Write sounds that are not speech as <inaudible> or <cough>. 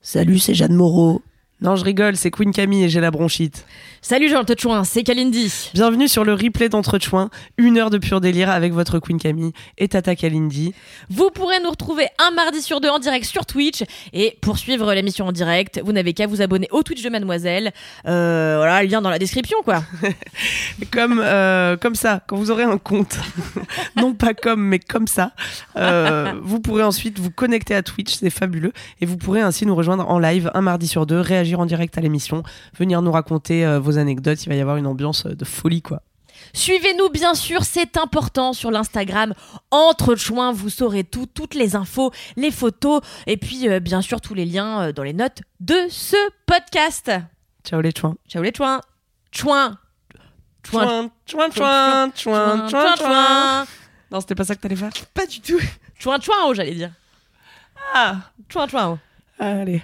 Salut, c'est Jeanne Moreau. Non, je rigole, c'est Queen Camille et j'ai la bronchite. Salut Jean Le Chouin, c'est Kalindi. Bienvenue sur le replay d'Entrechoin, une heure de pur délire avec votre Queen Camille et Tata Kalindi. Vous pourrez nous retrouver un mardi sur deux en direct sur Twitch. Et pour suivre l'émission en direct, vous n'avez qu'à vous abonner au Twitch de Mademoiselle. Euh, voilà, lien dans la description, quoi. Comme, euh, comme ça, quand vous aurez un compte, <laughs> non pas comme, mais comme ça, euh, vous pourrez ensuite vous connecter à Twitch, c'est fabuleux. Et vous pourrez ainsi nous rejoindre en live un mardi sur deux, réagir en direct à l'émission, venir nous raconter euh, vos anecdotes. Il va y avoir une ambiance euh, de folie, quoi. Suivez-nous, bien sûr, c'est important sur l'Instagram. Entre Chouin, vous saurez tout, toutes les infos, les photos, et puis, euh, bien sûr, tous les liens euh, dans les notes de ce podcast. Ciao les chouins. Ciao les Chouins. Chouin. Chouin. chouin, chouin, chouin, Chouin, chouin. Non, c'était pas ça que t'allais faire Pas du tout. Chouin, chouin, oh, j'allais dire. Ah, Chouin, chouin. oh. allez.